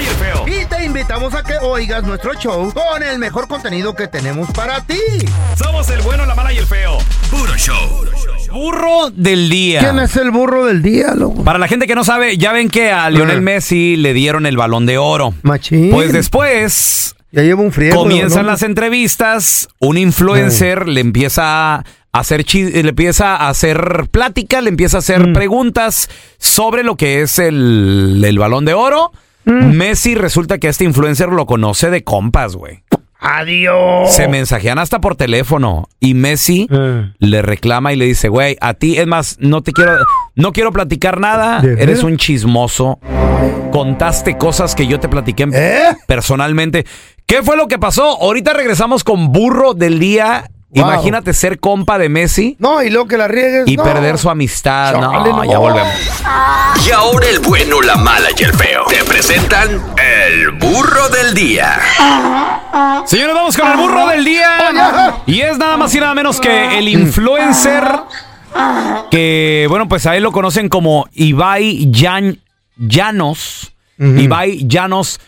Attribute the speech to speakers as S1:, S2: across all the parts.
S1: y el feo.
S2: Y te invitamos a que oigas nuestro show con el mejor contenido que tenemos para ti.
S1: Somos el bueno, la mala y el feo. Puro show.
S3: Burro del día.
S2: ¿Quién es el burro del día, loco?
S3: Para la gente que no sabe, ya ven que a Lionel
S2: Ah.
S3: Messi le dieron el balón de oro.
S2: Machín.
S3: Pues después
S2: ya llevo un friego.
S3: comienzan
S2: ¿no? Eh.
S3: las entrevistas, un influencer le empieza a hacer chi- le empieza a hacer plática, le empieza a hacer
S2: Mm.
S3: preguntas sobre lo que es el, el balón de oro.
S2: Mm.
S3: Messi resulta que este influencer lo conoce de compas, güey.
S2: Adiós.
S3: Se mensajean hasta por teléfono y Messi
S2: Eh.
S3: le reclama y le dice, güey, a ti es más, no te quiero, no quiero platicar nada,
S2: ¿De
S3: eres
S2: veras?
S3: un chismoso, contaste cosas que yo te platiqué en-
S2: ¿Eh?
S3: personalmente. ¿Qué fue lo que pasó? Ahorita regresamos con burro del día.
S2: Wow.
S3: Imagínate ser compa de Messi
S2: No, y luego que la riegues.
S3: y
S2: no.
S3: perder su amistad.
S2: Chale,
S3: No,
S2: no.
S3: ya volvemos.
S4: Y ahora el bueno, la mala y el feo te presentan el burro del día.
S3: Señores, vamos con el burro del día. Y es nada más y nada menos que el
S2: Mm.
S3: influencer
S5: Mm.
S3: que, bueno, pues a él lo conocen como Ibai Llan- Llanos. Ibai Llanos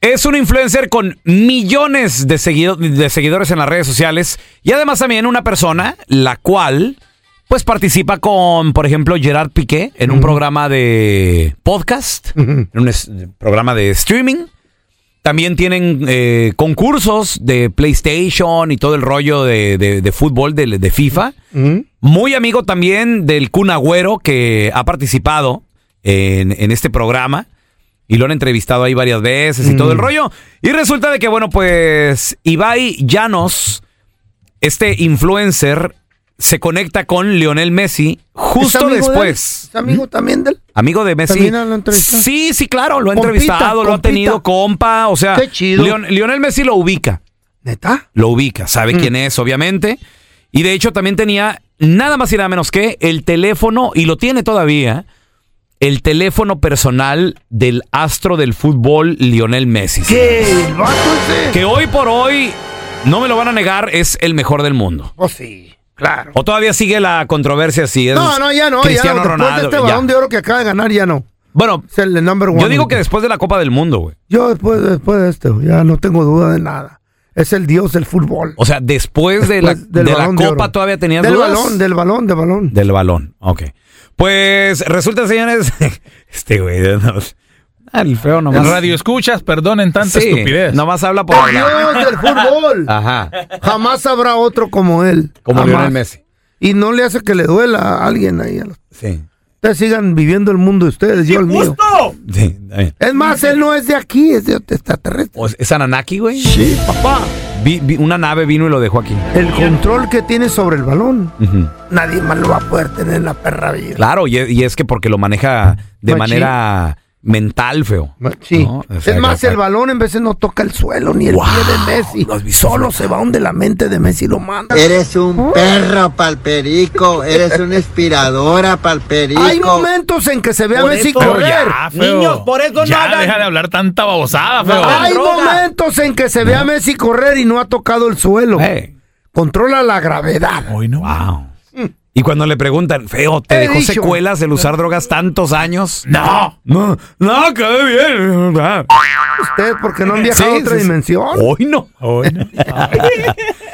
S3: es un influencer con millones de, seguido- de seguidores en las redes sociales y además también una persona la cual pues participa con, por ejemplo, Gerard Piqué en un programa de podcast, en un es- programa de streaming. También tienen eh, concursos de PlayStation y todo el rollo de, de- de fútbol de, de FIFA. Muy amigo también del Kun Agüero que ha participado en, en este programa y lo han entrevistado ahí varias veces y todo el rollo. Y resulta de que, bueno, pues Ibai Llanos, este influencer, se conecta con Lionel Messi
S2: ¿Es
S3: justo
S2: amigo de él?
S3: después.
S2: ¿Es amigo también del?
S3: Amigo de Messi.
S2: ¿También lo ha entrevistado?
S3: Sí, sí, claro, lo ha
S2: Compita,
S3: entrevistado, lo ha
S2: compita.
S3: tenido compa, Ah, o sea,
S2: Qué chido.
S3: Leon- Lionel Messi lo ubica,
S2: ¿Neta?
S3: lo ubica, sabe
S2: Mm.
S3: quién es, obviamente. Y de hecho también tenía nada más y nada menos que el teléfono, y lo tiene todavía, el teléfono personal del astro del fútbol Lionel Messi.
S2: ¿Qué? ¿El vato ese?
S3: Que hoy por hoy, no me lo van a negar, es el mejor del mundo.
S2: Pues sí, claro.
S3: O todavía sigue la controversia si es
S2: No, no, ya no, ya
S3: Cristiano
S2: no. Después de
S3: Ronaldo.
S2: este
S3: ya.
S2: balón de oro que acaba de ganar, ya no.
S3: Bueno,
S2: Es el number one.
S3: yo digo que después de la Copa del Mundo, güey.
S2: Yo después, después de esto, ya no tengo duda de nada. Es el dios del fútbol.
S3: O sea, después de la,
S2: Pues, del
S3: de la
S2: balón de
S3: copa
S2: oro.
S3: todavía tenías
S2: Del
S3: dudas?
S2: balón, del balón, del balón.
S3: Del balón, ok. Pues resulta, señores, este güey, no, el feo nomás.
S6: Radio escuchas, perdonen tanta
S3: Sí,
S6: estupidez.
S3: Nomás habla por
S2: El dios del fútbol.
S3: Ajá.
S2: Jamás habrá otro como él.
S3: Como
S2: Jamás.
S3: Lionel Messi.
S2: Y no le hace que le duela a alguien ahí. a los-
S3: Sí.
S2: Ustedes sigan viviendo el mundo de ustedes, yo el mío.
S3: Sí. está bien.
S2: Es más, él no es de aquí, es de otro extraterrestre.
S3: O- ¿Es Ananaki, güey?
S2: Sí, papá.
S3: Vi- vi- una nave vino y lo dejó aquí.
S2: El control que tiene sobre el balón,
S3: Ujú.
S2: nadie más lo va a poder tener en la perra vida.
S3: Claro, y, y es que porque lo maneja de
S2: Machín.
S3: manera mental, feo.
S2: Sí.
S3: No, o sea,
S2: es más,
S3: capaz-
S2: el balón en veces no toca el suelo ni el pie de Messi. Solo se va donde la mente de Messi lo manda.
S7: Eres un perro palperico, eres una inspiradora
S2: Hay
S7: palperico.
S2: momentos en que se ve a
S6: Por
S2: Messi
S6: eso- Pero
S2: correr.
S6: ya, feo.
S3: Niños, por eso no
S6: Ya,
S3: hagan-
S6: deja de hablar tanta
S3: Ah,
S6: babosada, feo.
S2: Hay momentos en que se ve a Messi correr y no ha tocado el suelo.
S3: Hey.
S2: Controla la gravedad.
S6: Hoy no.
S3: Wow. Y cuando le preguntan, feo, ¿te
S2: Mm. He
S3: dejó
S2: dicho.
S3: secuelas el usar drogas tantos años?
S6: No.
S3: No, no, quedé bien.
S2: Ustedes porque no han viajado a otra dimensión.
S3: Hoy no.
S8: Ah.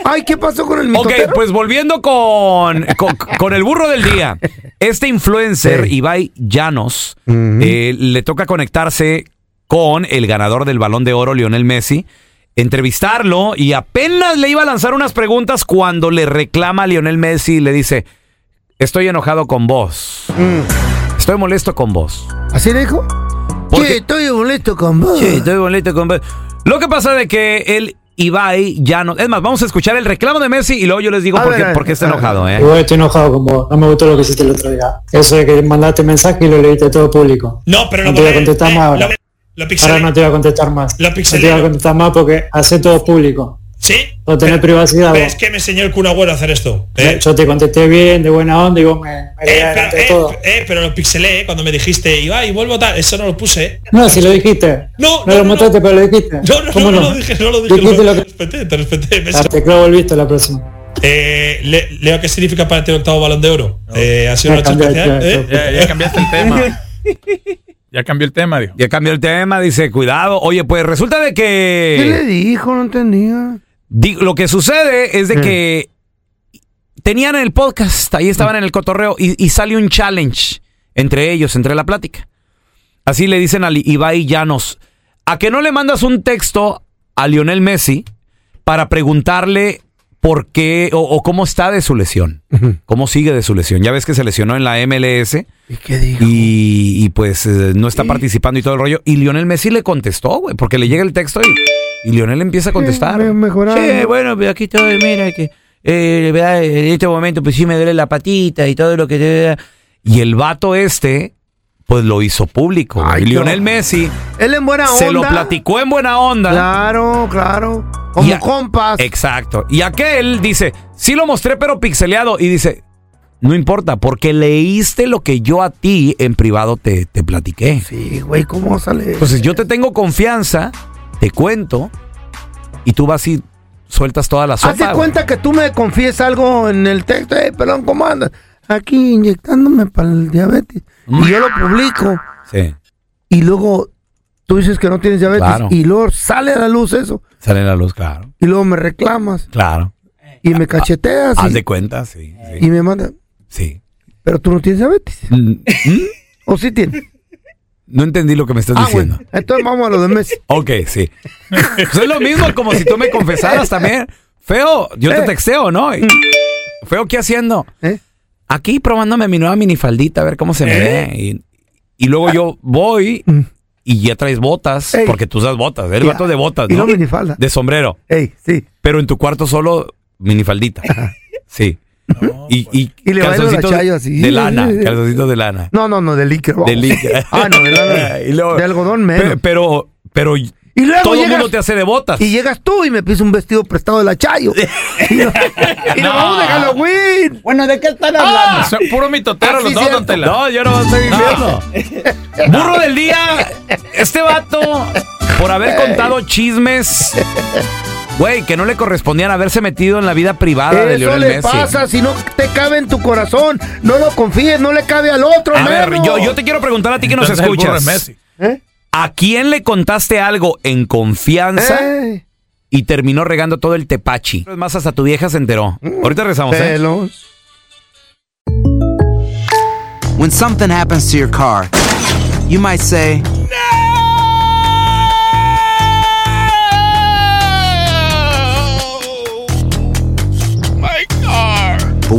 S2: Ay, ¿qué pasó con el
S3: Ok,
S2: mitotero?
S3: pues volviendo con, con, con el burro del día. Este influencer, Ibai Llanos, eh, le toca conectarse con el ganador del balón de oro, Lionel Messi, entrevistarlo y apenas le iba a lanzar unas preguntas cuando le reclama a Lionel Messi y le dice, estoy enojado con vos,
S2: Mm.
S3: estoy molesto con vos.
S2: ¿Así le dijo? Che, estoy molesto con vos.
S3: Sí, estoy molesto con vos. Lo que pasa de que el Ibai Llanos... Es más, vamos a escuchar el reclamo de Messi y luego yo les digo
S2: A
S3: por
S2: ver,
S3: qué,
S2: a ver,
S3: por qué está
S2: a ver.
S3: enojado, ¿eh?
S9: Igual estoy enojado con vos. No me gustó lo que hiciste el otro día. Eso de que mandaste mensaje y lo leíste a todo público.
S8: No, pero lo
S9: te voy a
S8: borré,
S9: contestar
S8: eh,
S9: más ahora.
S8: lo- lo pixelé.
S9: ahora no te voy a contestar más.
S8: Lo
S9: no te
S8: pixelé.
S9: voy a contestar más porque hace todo público.
S8: Sí.
S9: No tenés privacidad
S8: Pero es
S9: vos.
S8: eh. que me enseñó el Kun Agüero a hacer esto.
S9: Yo- Yo te contesté bien, de buena onda y vos me...
S8: Eh, pero, eh, eh, pero lo pixelé eh, cuando me dijiste, Ibai, vuelvo a tal. Eso no lo puse. eh.
S9: No, si lo dijiste.
S8: No,
S9: lo mostraste, pero lo dijiste.
S8: No, no,
S9: ¿Cómo
S8: no, no lo dije, no lo dije,
S9: Dijiste
S8: no,
S9: lo que...
S8: Respeté, te respeté. me-
S9: Ah, Te creo volviste la próxima.
S8: Eh, le- Leo, ¿qué significa para ti el octavo balón de oro? Eh, ha sido
S9: Ya
S8: una noche
S9: cambiaste,
S8: especial.
S9: ya,
S8: ¿eh?
S6: Ya, ya cambiaste el tema. Ya cambió el tema, digo.
S3: Ya cambió el tema, dice, cuidado. Oye, pues resulta de que...
S2: ¿Qué le dijo? No entendía.
S3: Di- lo que sucede es de que tenían el podcast, ahí estaban en el cotorreo, y, y sale un challenge entre ellos, entre la plática. Así le dicen a Li- Ibai Llanos, ¿a que no le mandas un texto a Lionel Messi para preguntarle por qué o, o cómo está de su lesión? ¿Cómo sigue de su lesión? Ya ves que se lesionó en la MLS.
S2: ¿Y qué dijo?
S3: Y, y, pues eh, no está participando y todo el rollo. Y Lionel Messi le contestó, güey, porque le llega el texto y, y Lionel empieza a contestar.
S2: Me- mejoraron.
S3: Sí, bueno, pero aquí estoy, mira que eh, ¿verdad? en este momento pues sí me duele la patita y todo lo que te Y el vato este, pues lo hizo público. güey.
S2: Ay,
S3: Lionel
S2: qué-
S3: Messi
S2: Él en buena onda.
S3: se lo platicó en buena onda.
S2: Claro, claro. Como
S3: Y a-
S2: compas.
S3: Exacto. Y aquel dice, sí lo mostré pero pixeleado. Y dice, no importa, porque leíste lo que yo a ti en privado te, te platiqué.
S2: Sí, güey, ¿cómo sale?
S3: Entonces Pues yo te tengo confianza, te cuento, y tú vas y sueltas toda la sopa.
S2: Haz de
S3: güey.
S2: cuenta que tú me confíes algo en el texto. Eh, pelón, ¿cómo andas? Aquí inyectándome para el diabetes. Y yo lo publico.
S3: Sí,
S2: Y luego tú dices que no tienes diabetes.
S3: Claro.
S2: Y luego sale a la luz eso.
S3: sale la luz, claro.
S2: Y luego me reclamas.
S3: Claro.
S2: Y me cacheteas.
S3: Ah, Haz
S2: y,
S3: de cuenta, sí.
S2: y me mandan.
S3: Sí.
S2: Pero tú no tienes diabetes.
S3: Mm, mm,
S2: ¿O sí tienes?
S3: No entendí lo que me estás
S2: Ah, bueno.
S3: diciendo.
S2: Entonces vamos a lo de Messi.
S3: Ok, sí. Pues es lo mismo como si tú me confesaras también. Feo, yo te
S2: Eh.
S3: texteo, ¿no? Y- Feo, ¿qué haciendo?
S2: ¿Eh?
S3: Aquí probándome mi nueva minifaldita, a ver cómo se me ve. Y, y luego yo voy y ya traes botas,
S2: Mm. Ey.
S3: porque tú usas botas, el
S2: Y-
S3: gato de botas,
S2: Y no
S3: ¿no?
S2: minifalda.
S3: De sombrero.
S2: Ey, sí.
S3: Pero en tu cuarto solo, minifaldita. Sí. y, y,
S2: Y le bailo la
S3: calzoncitos de-
S2: chayo así.
S3: De lana, calzoncitos de lana.
S2: No, no, no, de líquido.
S3: De líquido.
S2: ah, no, de lana.
S3: Y luego-
S2: de algodón
S3: Pe-
S2: menos.
S3: Pero, pero,
S2: y luego
S3: todo el
S2: llegas,
S3: mundo te hace de botas.
S2: Y llegas tú y me pides un vestido prestado de la Chayo. Ah, y nos, y nos vamos de Halloween. Bueno, ¿de qué están hablando?
S6: Son Puro mitotero
S2: Ah, sí,
S6: los dos,
S2: cierto.
S6: don Tela.
S3: No, yo no estoy diciendo. Burro del día, este vato, por haber contado chismes, güey, que no le correspondían haberse metido en la vida privada Ah, de
S2: Eso
S3: Lionel
S2: le
S3: Messi.
S2: pasa si no te cabe en tu corazón. No lo confíes, no le cabe al otro.
S3: A ver,
S2: menos.
S3: yo, yo te quiero preguntar a ti que nos
S6: Entonces, el burro es
S3: escuchas.
S6: Messi.
S2: ¿Eh?
S3: ¿A quién le contaste algo en confianza
S2: Eh,
S3: y terminó regando todo el tepachi? Es más, hasta tu vieja se enteró.
S2: Mm.
S3: Ahorita rezamos, ¿eh?
S2: pelos.
S10: When something happens to your car, you might say, No!
S1: My car.
S10: But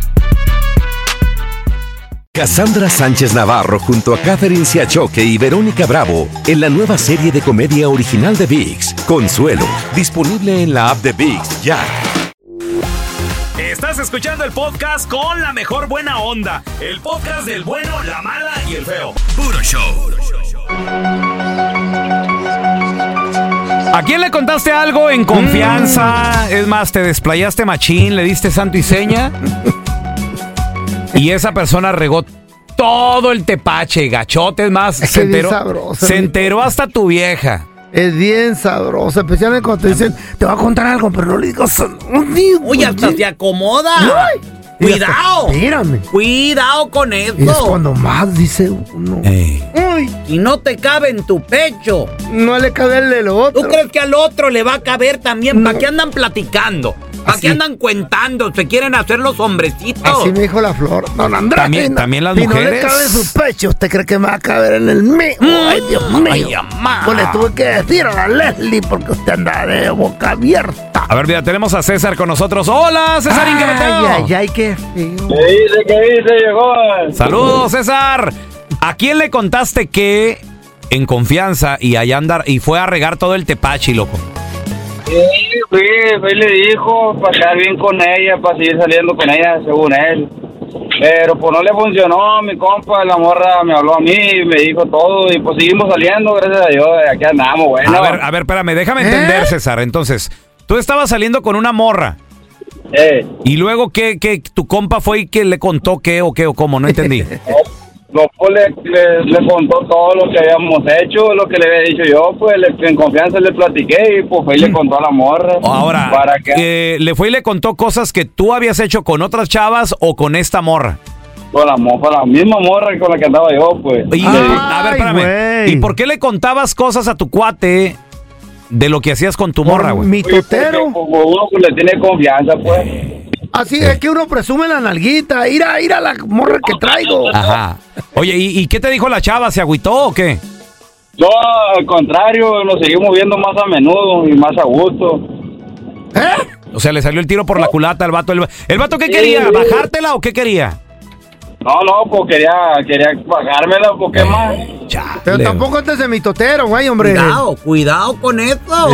S11: Cassandra Sánchez Navarro junto a Catherine Siachoque y Verónica Bravo en la nueva serie de comedia original de VIX, Consuelo, disponible en la app de VIX ya.
S3: Estás escuchando el podcast con la mejor buena onda. El podcast del bueno, la mala y el feo. Puro show. ¿A quién le contaste algo en confianza? Es más, te desplayaste machín, le diste santo y seña. y esa persona regó todo el tepache, gachote, es más.
S2: Es
S3: se
S2: que bien
S3: enteró,
S2: sabrosa,
S3: se
S2: mi-
S3: enteró hasta tu vieja.
S2: Es bien sabroso, especialmente cuando te dicen, te voy a contar algo, pero no le digas.
S12: Uy, hasta te acomoda.
S2: pues, Ay.
S12: Cuidado.
S2: Mírame.
S12: Cuidado con
S2: Y es
S12: esto.
S2: cuando más dice uno.
S12: Y no te cabe en tu pecho.
S2: No le cabe el del otro.
S12: ¿Tú crees que al otro le va a caber también? ¿Para qué andan platicando? ¿Para qué andan cuentando? ¿Se quieren hacer los hombrecitos?
S2: Así me dijo la flor. Don Andrade.
S12: También-
S2: no-
S12: también las
S2: si no le
S12: mujeres. Mm,
S2: cabe en su pecho, ¿usted cree que me va a caber en el mío? Ay, Dios mío.
S3: ay, amá.
S2: Pues le tuve que decir a la Leslie porque usted anda de boca abierta.
S3: A ver, mira, tenemos a César con nosotros. ¡Hola, César Inquemeteo!
S2: Ay, ay, ay, qué feo.
S3: Saludos, César. ¿A quién le contaste que en confianza y allá andar y fue a regar todo el tepachi, loco?
S13: Sí, fui, fui, le dijo para quedar bien con ella, para seguir saliendo con ella, según él. Pero pues no le funcionó, mi compa, la morra me habló a mí, me dijo todo y pues seguimos saliendo, gracias a Dios, aquí andamos, bueno.
S3: A ver, a ver, espérame, déjame entender, César. Entonces, tú estabas saliendo con una morra. Y luego que tu compa fue y que le contó qué o qué o cómo, no entendí.
S13: No, pues le, le- le contó todo lo que habíamos hecho, lo que le había dicho yo, pues le- en confianza le platiqué y pues fue
S3: Mm.
S13: y le contó a la morra.
S3: Oh,
S13: Ahora. Para que
S3: Eh, le fue y le contó cosas que tú habías hecho con otras chavas o con esta morra.
S13: con la, mo- con la misma morra con la que andaba yo, pues.
S3: Y,
S13: Le-
S3: a ver, espérame. ¿Y por qué le contabas cosas a tu cuate de lo que hacías con tu morra, güey?
S2: Mi totero.
S13: Como uno pues, le tiene confianza, pues.
S2: Así es que uno presume la nalguita. Ira, ira la morra que traigo.
S3: Ajá. Oye, ¿y, y qué te dijo la chava? ¿Se agüitó o qué?
S13: No, al contrario, nos seguimos viendo más a menudo y más a gusto.
S3: ¿Eh? O sea, le salió el tiro por la culata al vato. ¿El, va- el vato qué quería? ¿Bajártela o qué quería?
S13: No, no, pues quería, quería pagármela, porque
S3: Eh,
S13: más?
S2: Pero tampoco antes de mi totero, güey, hombre.
S3: Cuidado,
S12: cuidado con esto.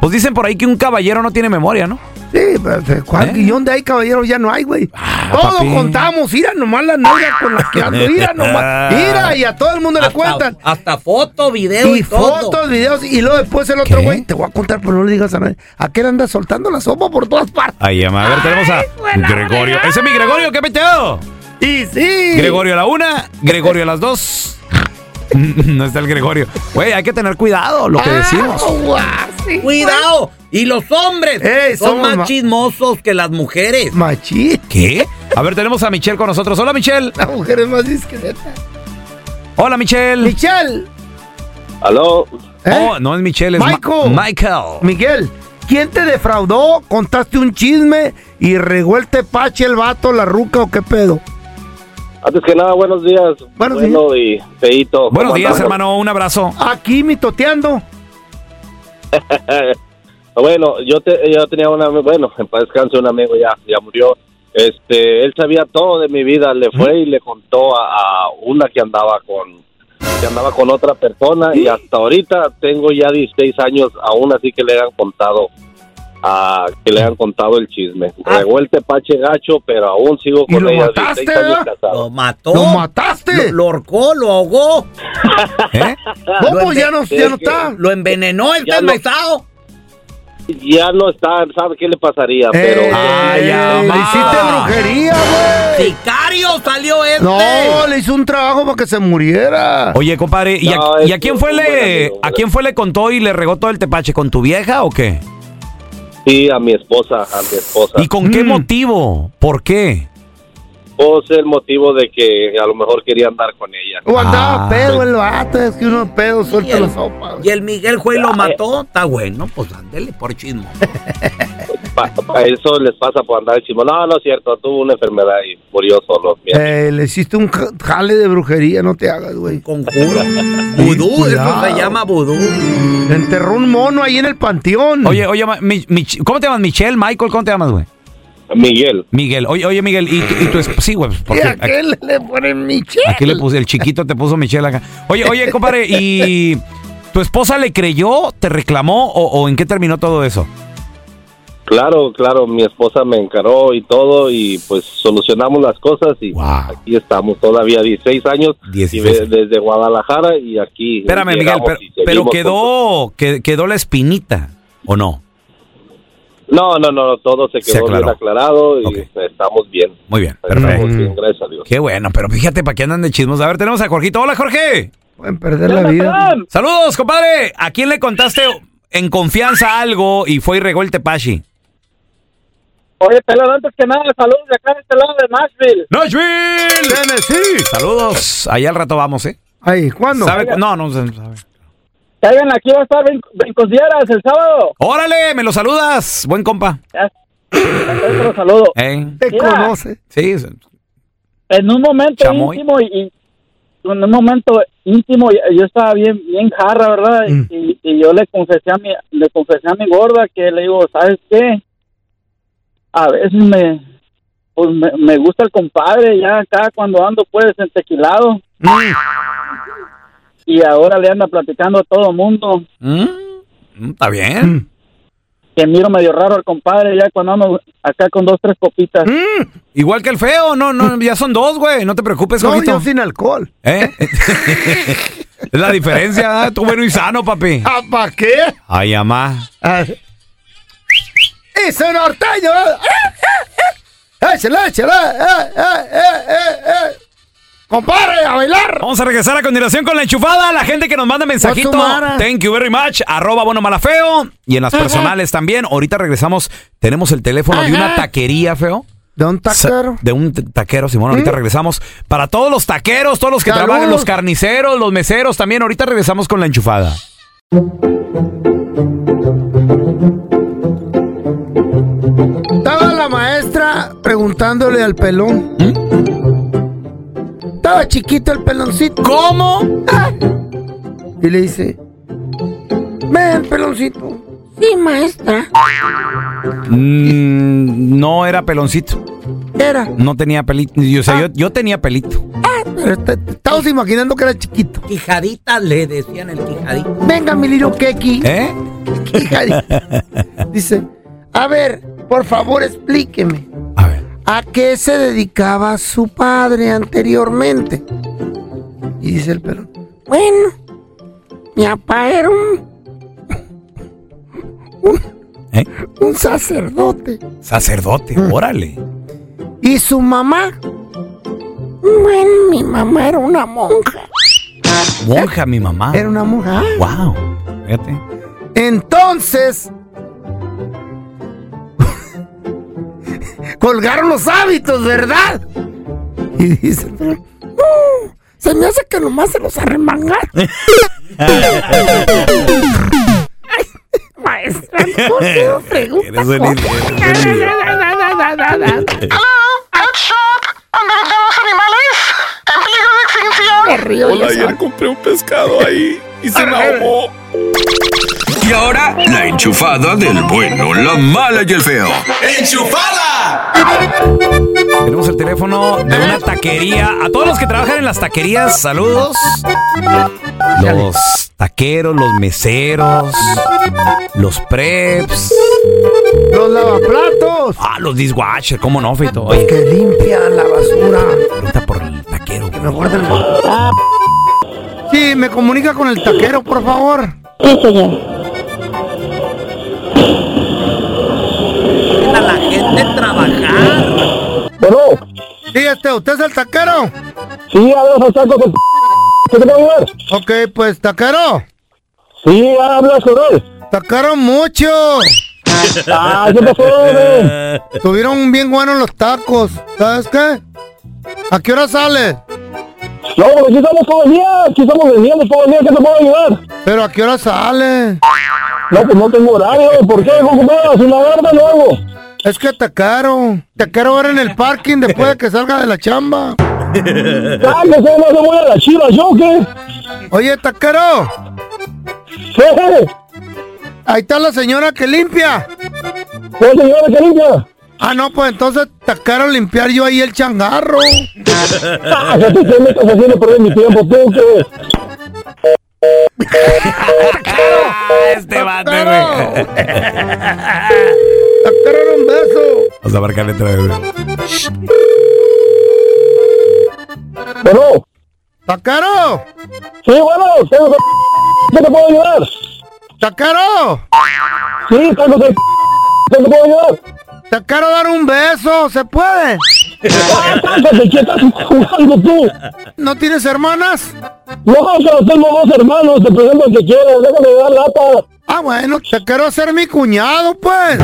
S3: Pues dicen por ahí que un caballero no tiene memoria, ¿no? ¿Eh?
S2: Sí, pero ¿cuál guión de ahí, caballero? Ya no hay, güey. Todos
S3: Ah, papi.
S2: contamos, ira nomás las novias con las que ando, ira nomás. Ira, y a todo el mundo le cuentan.
S12: Hasta foto, video y,
S2: y
S12: todo.
S2: fotos, videos, y luego después el otro güey, te voy a contar, pero no le digas a nadie. Aquel anda soltando la sopa por todas partes.
S3: Ahí, ama. a ver, tenemos a Gregorio. Ese es mi Gregorio, ¿qué peteo?
S2: Y sí.
S3: Gregorio a la una, Gregorio a las dos. no está el Gregorio. Güey, hay que tener cuidado lo que decimos.
S12: Cuidado. Y los hombres son
S3: Eh, somos
S12: más
S3: ma-
S12: chismosos que las mujeres.
S2: Machín.
S3: ¿Qué? A ver, tenemos a Michelle con nosotros. Hola, Michelle.
S2: La mujer es más discreta.
S3: Hola, Michelle.
S2: Michelle.
S3: Aló.
S12: ¿Eh?
S3: Oh, no es Michelle, es Ma-
S2: Michael.
S3: Michael.
S2: Miguel, ¿quién te defraudó? ¿Contaste un chisme y regó el tepache, el vato, la ruca o qué pedo?
S14: Antes que nada, buenos días.
S2: Buenos
S14: bueno y feito.
S3: Buenos días, hermano. Oh, Un abrazo.
S2: Aquí mitoteando.
S14: bueno, yo, te- yo tenía un amigo, bueno, en paz descanse un amigo ya, ya murió. Este, él sabía todo de mi vida, le fue y le contó a, a una que andaba con que andaba con otra persona y hasta ahorita tengo ya 16 años, aún así que le han contado a que le han contado el chisme. Regó el tepache gacho, pero aún sigo con
S12: lo
S14: ella
S12: mataste,
S14: 16 años
S12: ¿verdad?
S14: casado.
S12: Lo mató. Lo
S2: mataste.
S12: Lo, ahorcó, lo ahogó.
S3: ¿Eh?
S14: No,
S12: Lo
S14: pues ya no- ya no
S12: enve-
S14: está.
S12: Lo envenenó el
S14: Ya no-
S12: pesado.
S14: Ya no está, ¿sabe qué le pasaría? Pero
S3: Eh, Ay, ama.
S2: Eh, hiciste brujería, güey.
S12: Sicario salió este.
S2: No, le hizo un trabajo para que se muriera.
S3: Oye, compadre, ¿y, a, y a quién fue le a quién fue le contó y le regó todo el tepache con tu vieja o qué?
S14: Sí, a mi esposa, a mi esposa.
S3: ¿Y con qué
S12: Mm.
S3: motivo? ¿Por qué?
S14: Pues el motivo de que a lo mejor quería andar con ella.
S2: O
S3: Ah.
S2: andaba pedo el vato, es que uno pedo suelta la sopa.
S12: Y el Miguel Juez lo
S14: eh.
S12: mató. Está bueno, pues ándele por chismo.
S14: Pa- pa- eso les pasa por andar chismo. No, no es cierto, tuvo una enfermedad y murió solo. Mira.
S2: Eh, le hiciste un ja- jale de brujería, no te hagas, güey.
S12: Conjuro. Vudú, eso se llama vudú.
S2: Le enterró un mono ahí en el panteón.
S3: Oye, oye, ma- Mi- Mich- ¿cómo te llamas? Michelle, Michael, ¿cómo te llamas, güey?
S14: Miguel.
S3: Miguel, oye, oye, Miguel, y, tu- y tu esp- sí, güey, pues,
S2: ¿Y
S3: porque
S2: a
S3: aquí,
S2: qué le, le ponen Michelle?
S3: aquí le puse el chiquito te puso Michelle acá. Oye, oye, compadre, ¿y tu esposa le creyó, te reclamó o, o en qué terminó todo eso?
S14: Claro, claro, mi esposa me encaró y todo y pues solucionamos las cosas y aquí estamos todavía 16 años y ve- desde Guadalajara y aquí.
S3: Espérame, Miguel,
S14: llegamos
S3: pero,
S14: y
S3: pero
S14: seguimos
S3: quedó, que- quedó la espinita, ¿o no?
S14: con- No, no, no, todo se
S3: Se
S14: quedó
S3: aclaró.
S14: bien aclarado y estamos bien.
S3: Muy bien,
S14: Estamos
S3: perfecto.
S14: bien, gracias a Dios.
S3: Qué bueno, pero fíjate para qué andan de chismos. A ver, tenemos a Jorgito. Hola, Jorge.
S2: Pueden perder la vida.
S3: Saludos, compadre. ¿A quién le contaste en confianza algo y fue y regó el tepashi?
S15: Oye, Pelón, antes que nada, saludos de acá de este lado de Nashville.
S3: ¡Nashville!
S2: ¡Tennessee!
S3: Saludos. Ahí al rato vamos, ¿eh?
S2: Ahí, ¿cuándo?
S3: ¿Sabe? cu- No, no, no, no.
S15: Caigan aquí, va a estar Ben, Ben Consideras el sábado.
S3: Órale, me lo saludas. Buen compa.
S15: Otro saludo.
S3: ¿Eh?
S15: Te Mira. conoce.
S3: Sí.
S15: En un momento
S3: Chamoy.
S15: íntimo y, y- en un momento íntimo, y- yo estaba bien, bien jarra, ¿verdad?
S3: Mm.
S15: Y, y yo le confesé a mi, le confesé a mi gorda que le digo, ¿sabes qué? A veces me, pues me, me gusta el compadre, ya acá cuando ando pues en tequilado. Y ahora le anda platicando a todo mundo.
S3: Mm, Está bien.
S15: que miro medio raro al compadre ya cuando ando acá con dos, tres copitas.
S3: Mm. Igual que el feo, no, no, ya son dos, güey. No te preocupes,
S15: No,
S3: Jorgito.
S15: yo sin
S2: alcohol.
S3: ¿Eh? es la diferencia, ¿verdad? tú bueno y sano, papi.
S2: ¿Para qué?
S3: Ay, amá.
S2: ¡Ese norteño! ¡Ah, ah, ah! ¡Échale, échale! ¡Eh, eh, eh, eh, eh! ¡Compadre, a bailar!
S3: Vamos a regresar a continuación con la enchufada. La gente que nos manda mensajito.
S2: What's the matter?
S3: Thank you very much. Arroba bueno malafeo. Y en las
S2: Ajá.
S3: personales también. Ahorita regresamos. Tenemos el teléfono de una
S2: Ajá.
S3: taquería, feo.
S2: ¿De un taquero? ¿Mm?
S3: De un t- taquero, Simón. Ahorita regresamos. Para todos los taqueros, todos los que
S2: Saludos.
S3: trabajan, los carniceros, los meseros también. Ahorita regresamos con la enchufada.
S2: Estaba la maestra preguntándole al pelón. Estaba chiquito el peloncito. Ah.
S3: ¿Cómo?
S2: Y le dice, ven, peloncito. Sí, maestra.
S3: Mm, no era peloncito.
S2: Era. Ah.
S3: No tenía pelito. Y, O sea, yo, yo tenía pelito.
S2: Pero te- te estabas imaginando que era chiquito.
S12: Quijadita le decían el quijadito.
S2: Venga, mi little keki.
S3: ¿Eh?
S2: Dice, a ver, por favor explíqueme. A qué se dedicaba su padre anteriormente? Y dice el perro, bueno, mi papá era un... un- un Mm. sacerdote.
S3: ¿eh? Sacerdote, órale.
S2: ¿Y su mamá? Bueno, mi mamá era una monja.
S3: Monja, mi mamá.
S2: Era una monja.
S3: Wow. Fíjate.
S2: Entonces, colgaron los hábitos, ¿verdad? Y dice, "Mm, se me hace que nomás se los arremangaron. Maestra, ¿por qué no pregunta
S1: Hola, ayer compré un pescado ahí y se me ahogó.
S4: Y ahora, la enchufada del bueno, la mala y el feo.
S1: ¡Enchufada!
S3: Tenemos el teléfono de una taquería. A todos los que trabajan en las taquerías, saludos. Los taqueros, los meseros, los preps.
S2: Los lavaplatos.
S3: Ah, los dishwasher, cómo no, Feito. Oye,
S2: Pues que limpian la basura?
S3: Que
S2: me guarden la- Sí, me comunica con el taquero, por favor.
S16: Sí, señor.
S12: A la gente trabajar.
S16: Bueno,
S2: Sí, este, ¿usted es el taquero?
S16: sí, hablas al saco con... ¿Qué te puedo ayudar?
S2: Ok, pues, taquero.
S16: Sí, hablas con él.
S2: Tacaron mucho.
S16: Ah, ¿qué pasó, hombre?
S2: Tuvieron bien buenos los tacos. ¿Sabes qué? ¿A qué hora sale?
S16: No, pues aquí estamos todo el día, aquí estamos vendiendo todo el día, ¿qué te puedo ayudar?
S2: ¿Pero a qué hora sale?
S16: No, pues no tengo horario, ¿por qué? ¿Cómo vas? ¿Una barba luego?
S2: Es que tacaron. Tacaron ahora en el parking después de que salga de la chamba.
S16: Ah, que se no se voy a la chiva, ¿yo qué?
S2: Oye, taquero. Ahí está la señora que limpia.
S16: ¿Cuál señora que limpia?
S2: Ah, no, pues entonces tacaron limpiar yo ahí el changarro.
S16: Ah, ya te te metas haciendo perder mi tiempo, tú, ¿qué?
S3: este bate, güey. Vamos a marcarle otra vez, güey.
S16: Bueno.
S2: ¡Tacaro!
S16: Sí, bueno, tengo que... ¿Qué te puedo ayudar?
S2: ¡Tacaro!
S16: Sí, tengo que... ¿Qué te puedo ayudar?
S2: Te quiero dar un beso, ¿se puede?
S16: Ah, ¡Cállate, qué estás jugando tú!
S2: ¿No tienes hermanas?
S16: No, pero tengo dos hermanos, te presento al que quiero, déjame dar lata.
S2: Ah, bueno, te quiero hacer mi cuñado, pues.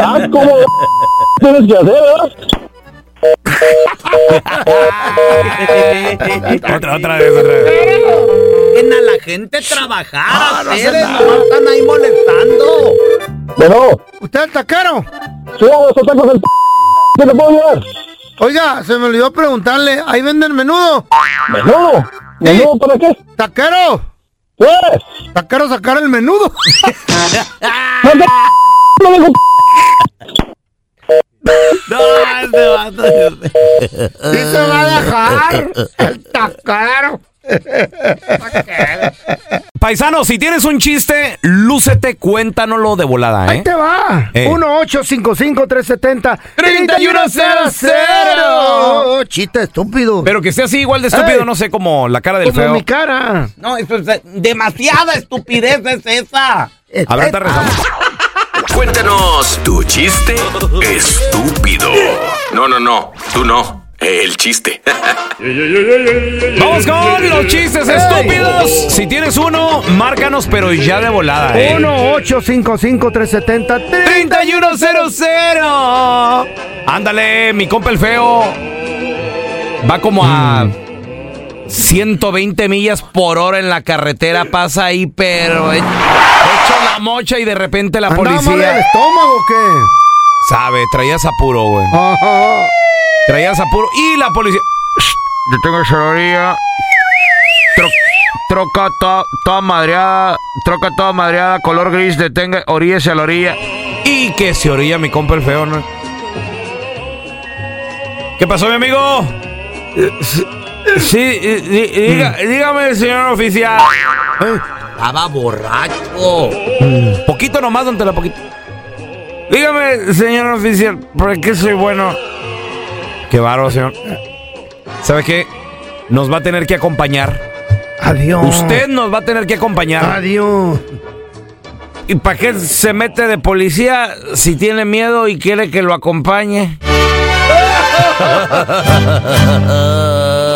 S16: Ah, ¿cómo tienes que hacer, verdad?
S3: Otra, otra vez, otra vez.
S12: En a la gente trabajar,
S2: Ah,
S12: a ustedes nomás están ahí molestando.
S16: Bueno,
S2: ¿Usted es el taquero?
S16: sí, vamos a tacos del... ¿Qué te puedo ayudar?
S2: Oiga, se me olvidó preguntarle, ¿ahí venden menudo?
S16: Menudo. ¿Menudo para qué?
S2: ¡Taquero!
S16: ¡Pues!
S2: ¡Taquero sacar el menudo!
S16: ¡No te... ¡No me
S12: No, este vato.
S2: ¡Sí se va a dejar! ¡El taquero!
S3: Paisano, si tienes un chiste, lúcete, cuéntanoslo de volada,
S2: Ahí
S3: ¿eh?
S2: te va.
S3: Eh.
S2: 1-855-370-3100. Oh, Chiste estúpido.
S3: Pero que sea así igual de estúpido,
S2: Ey.
S3: no sé, como la cara del
S2: Como
S3: feo.
S2: mi cara.
S12: No, eso es pues, demasiada estupidez es esa.
S3: A ver, te rezamos.
S4: Cuéntanos tu chiste estúpido. No, no, no. Tú no. El chiste.
S3: Vamos con los chistes estúpidos. Si tienes uno, márcanos, pero ya de volada, ¿eh?
S2: 1-855-370-3100.
S3: 3100. Ándale, mi compa el feo. Va como a 120 millas por hora en la carretera, pasa ahí, pero he- hecho la mocha y de repente la
S2: ¿Andaba mal del
S3: policía
S2: estómago o qué?
S3: sabe, traías apuro, güey.
S2: Ajá.
S3: Traías apuro y la policía
S2: Yo tengo celoría. troca toda, madreada. Troca toda madreada, color gris. Detenga, oríese a la orilla.
S3: y que se orilla mi compa el feo, ¿no? ¿Qué pasó, mi amigo? Sí,
S2: Mm.
S3: dígame, señor oficial.
S2: Eh.
S12: Estaba borracho.
S2: Mm.
S3: Poquito nomás, donde la poquito. Dígame, señor oficial, ¿por qué soy bueno? Qué bárbaro, señor. ¿Sabe qué? Nos va a tener que acompañar.
S2: Adiós.
S3: Usted nos va a tener que acompañar.
S2: Adiós.
S3: ¿Y para qué se mete de policía si tiene miedo y quiere que lo acompañe?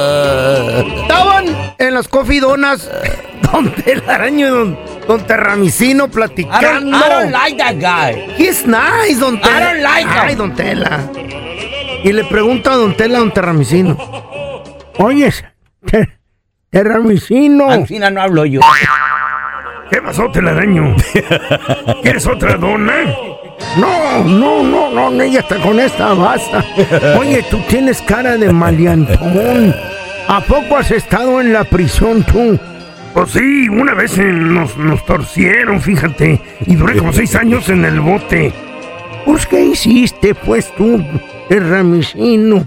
S12: Ah.
S2: Estaban en las cofidonas Don Telaraño y Don, don Terramicino
S12: I don't,
S2: platicando.
S12: I don't like that guy.
S2: He's nice, Don Tela.
S12: I don't like him.
S2: Ay, Don Tela. Y le pregunta a Don Tela a Don Terramicino. Oye, Ter- Terramicino.
S12: Al final no hablo yo.
S2: ¿Qué pasó, telaraño? ¿Quieres otra dona? No, no, no, no, no, ya está con esta, basta. Oye, tú tienes cara de maleantón. ¿A poco has estado en la prisión tú? Pues sí, una vez nos, torcieron, fíjate, y duré como seis años en el bote. Pues, ¿qué hiciste, pues, tú, terramicino?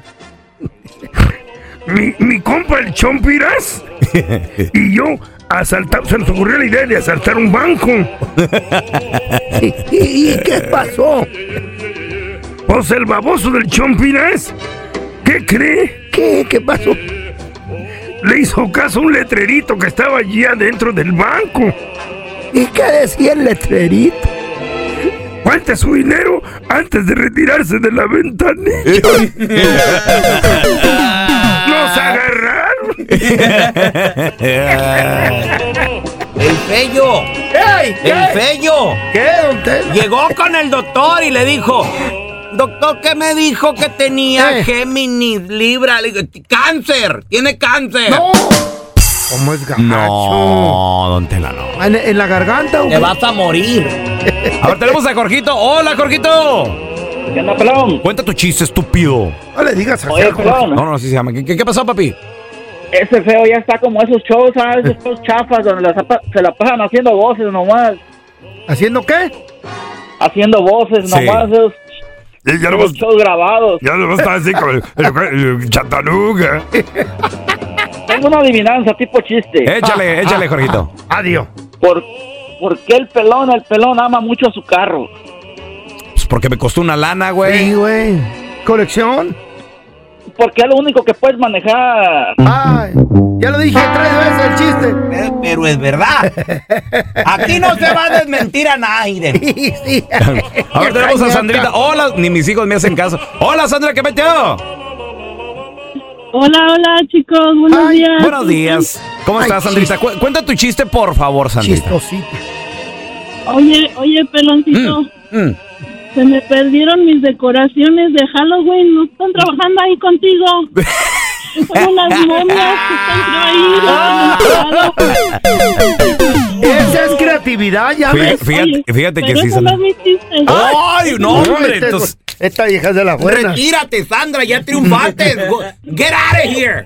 S2: Mi, mi compa, el Chompiras, y yo asaltamos, se nos ocurrió la idea de asaltar un banco. ¿Y, qué pasó? Pues el baboso del Chompiras, ¿qué cree? ¿Qué? ¿Qué pasó? Le hizo caso a un letrerito que estaba allí adentro del banco. ¿Y qué decía el letrerito? Cuente su dinero antes de retirarse de la ventanilla.
S12: Ah,
S2: ¡Nos agarraron!
S12: El fello. El fello.
S2: ¿Qué, don Tela?
S12: Llegó con el doctor y le dijo, doctor, ¿qué me dijo que tenía
S2: Eh.
S12: Géminis, Libra? Le digo, cáncer, tiene cáncer.
S2: ¡No! ¿Cómo es gacho?
S3: don Tela, no.
S2: ¿En, en la garganta o
S12: Te
S2: qué?
S12: vas a morir.
S3: A ver, tenemos a Jorgito. ¡Hola, Jorgito!
S15: ¿Qué onda, pelón?
S3: Cuenta tu chiste, estúpido.
S2: No le digas así.
S15: Oye,
S2: al Jorge.
S15: pelón,
S3: No, no, así se llama. ¿Qué, qué- qué pasó, papi?
S15: ese feo ya está como esos shows, ¿sabes? Esos shows chafas donde las apa- se la pasan haciendo voces nomás.
S2: ¿Haciendo qué?
S15: Haciendo voces
S3: Sí.
S15: nomás, esos,
S1: Ya
S15: esos shows grabados.
S1: Ya no está así con el, ¿eh? chatanuga.
S15: Tengo una adivinanza, tipo chiste.
S3: Échale, échale, Jorgito.
S2: Ah, Adiós.
S15: ¿Por, por qué el pelón, el pelón ama mucho a su carro?
S3: Pues Porque me costó una lana, güey.
S2: Sí, güey. ¿Colección?
S15: Porque es lo único que puedes manejar.
S2: Ay, ya lo dije tres veces el chiste.
S12: Pero, es verdad. Aquí no se va a desmentir a nadie.
S3: Ahora tenemos a Sandrita. Hola, ni mis hijos me hacen caso. Hola, Sandra, ¿qué meteo?
S17: Hola, hola chicos, buenos días.
S3: Buenos días. ¿Cómo estás, Sandrita? Cu- cuenta tu chiste, por favor, Sandrita.
S17: Oye, oye, peloncito,
S3: Mm.
S17: se me perdieron mis decoraciones de Halloween. No están trabajando ahí contigo. Son unas momias que están
S3: Ah.
S17: creídas.
S2: Esa es creatividad, ya
S3: Fí-
S2: ves.
S3: fíjate- Oye, fíjate que pero sí, eso Sandra.
S2: Sandra.
S3: no ¡Ay, no, hombre!
S2: Esta,
S3: Entonces-
S2: esta vieja es de la buena.
S12: Retírate, Sandra, ya triunfaste. Go- Get out of here.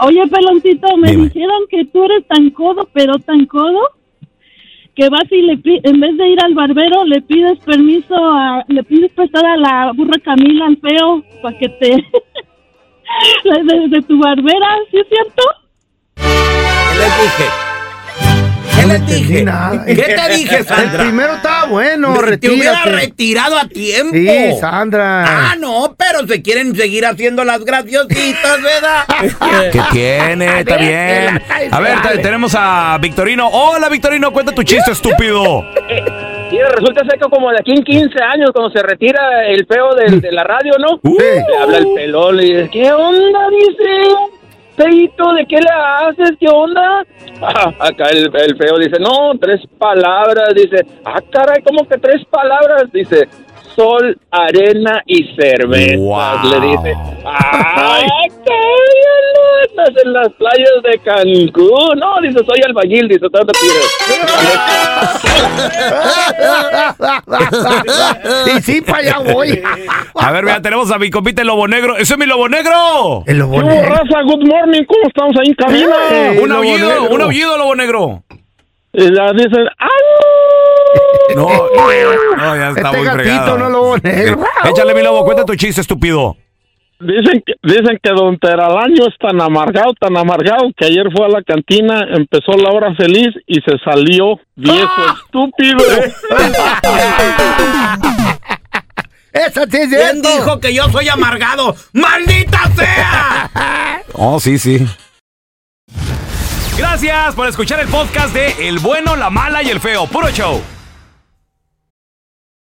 S17: Oye, peloncito, me dijeron que tú eres tan codo, pero tan codo, que vas y le pi- en vez de ir al barbero, le pides permiso, a, le pides prestar a la burra Camila al feo para que te... la- de, de tu barbera, ¿sí es cierto?
S2: ¿Qué le dije? Nada.
S12: ¿Qué te dije, Sandra?
S2: El primero estaba bueno,
S12: Te- Te hubiera
S2: retírate.
S12: retirado a tiempo.
S2: Sí, Sandra.
S12: Ah, no, pero se quieren seguir haciendo las graciositas, ¿verdad?
S3: ¿Qué tiene? Está bien. A ver, te- tenemos a Victorino. Hola, Victorino, cuenta tu chiste, estúpido.
S18: Y resulta ser que como de aquí en 15 años, cuando se retira el feo del- de, la radio, ¿no? Le habla el pelón y dice, ¿qué onda? Dice, Peito, ¿de qué le haces? ¿Qué onda? Ah, acá el, el feo dice, no, tres palabras. Dice, ah, caray, ¿cómo que tres palabras? Dice, sol, arena y cerveza. Le dice, ¡Ay, qué ¡Ah, bien andas en las playas de Cancún! No, dice, soy albañil, dice, tanto
S2: y sí, para allá voy.
S3: A ver, mira, tenemos a mi compita el Lobo Negro. ¡Ese es mi Lobo Negro!
S2: El
S18: ¿Qué hubo, raza? Good morning, ¿cómo estamos ahí en cabina?
S3: un aullido, un aullido, Lobo Negro.
S18: Y la dicen,
S3: No, no, ya está
S18: Este
S3: muy
S18: gatito,
S3: fregado.
S18: no, Lobo Negro.
S3: Sí. Échale, mi Lobo, cuenta tu chiste, estúpido.
S18: Dicen que, dicen que don Teralaño es tan amargado, tan amargado, que ayer fue a la cantina, empezó la hora feliz y se salió. Viejo estúpido. ¿eh?
S2: Esa sí es
S12: ¿Quién dijo que yo soy amargado? ¡Maldita sea!
S3: Oh, sí, sí. Gracias por escuchar el podcast de El Bueno, la Mala y el Feo. Puro show.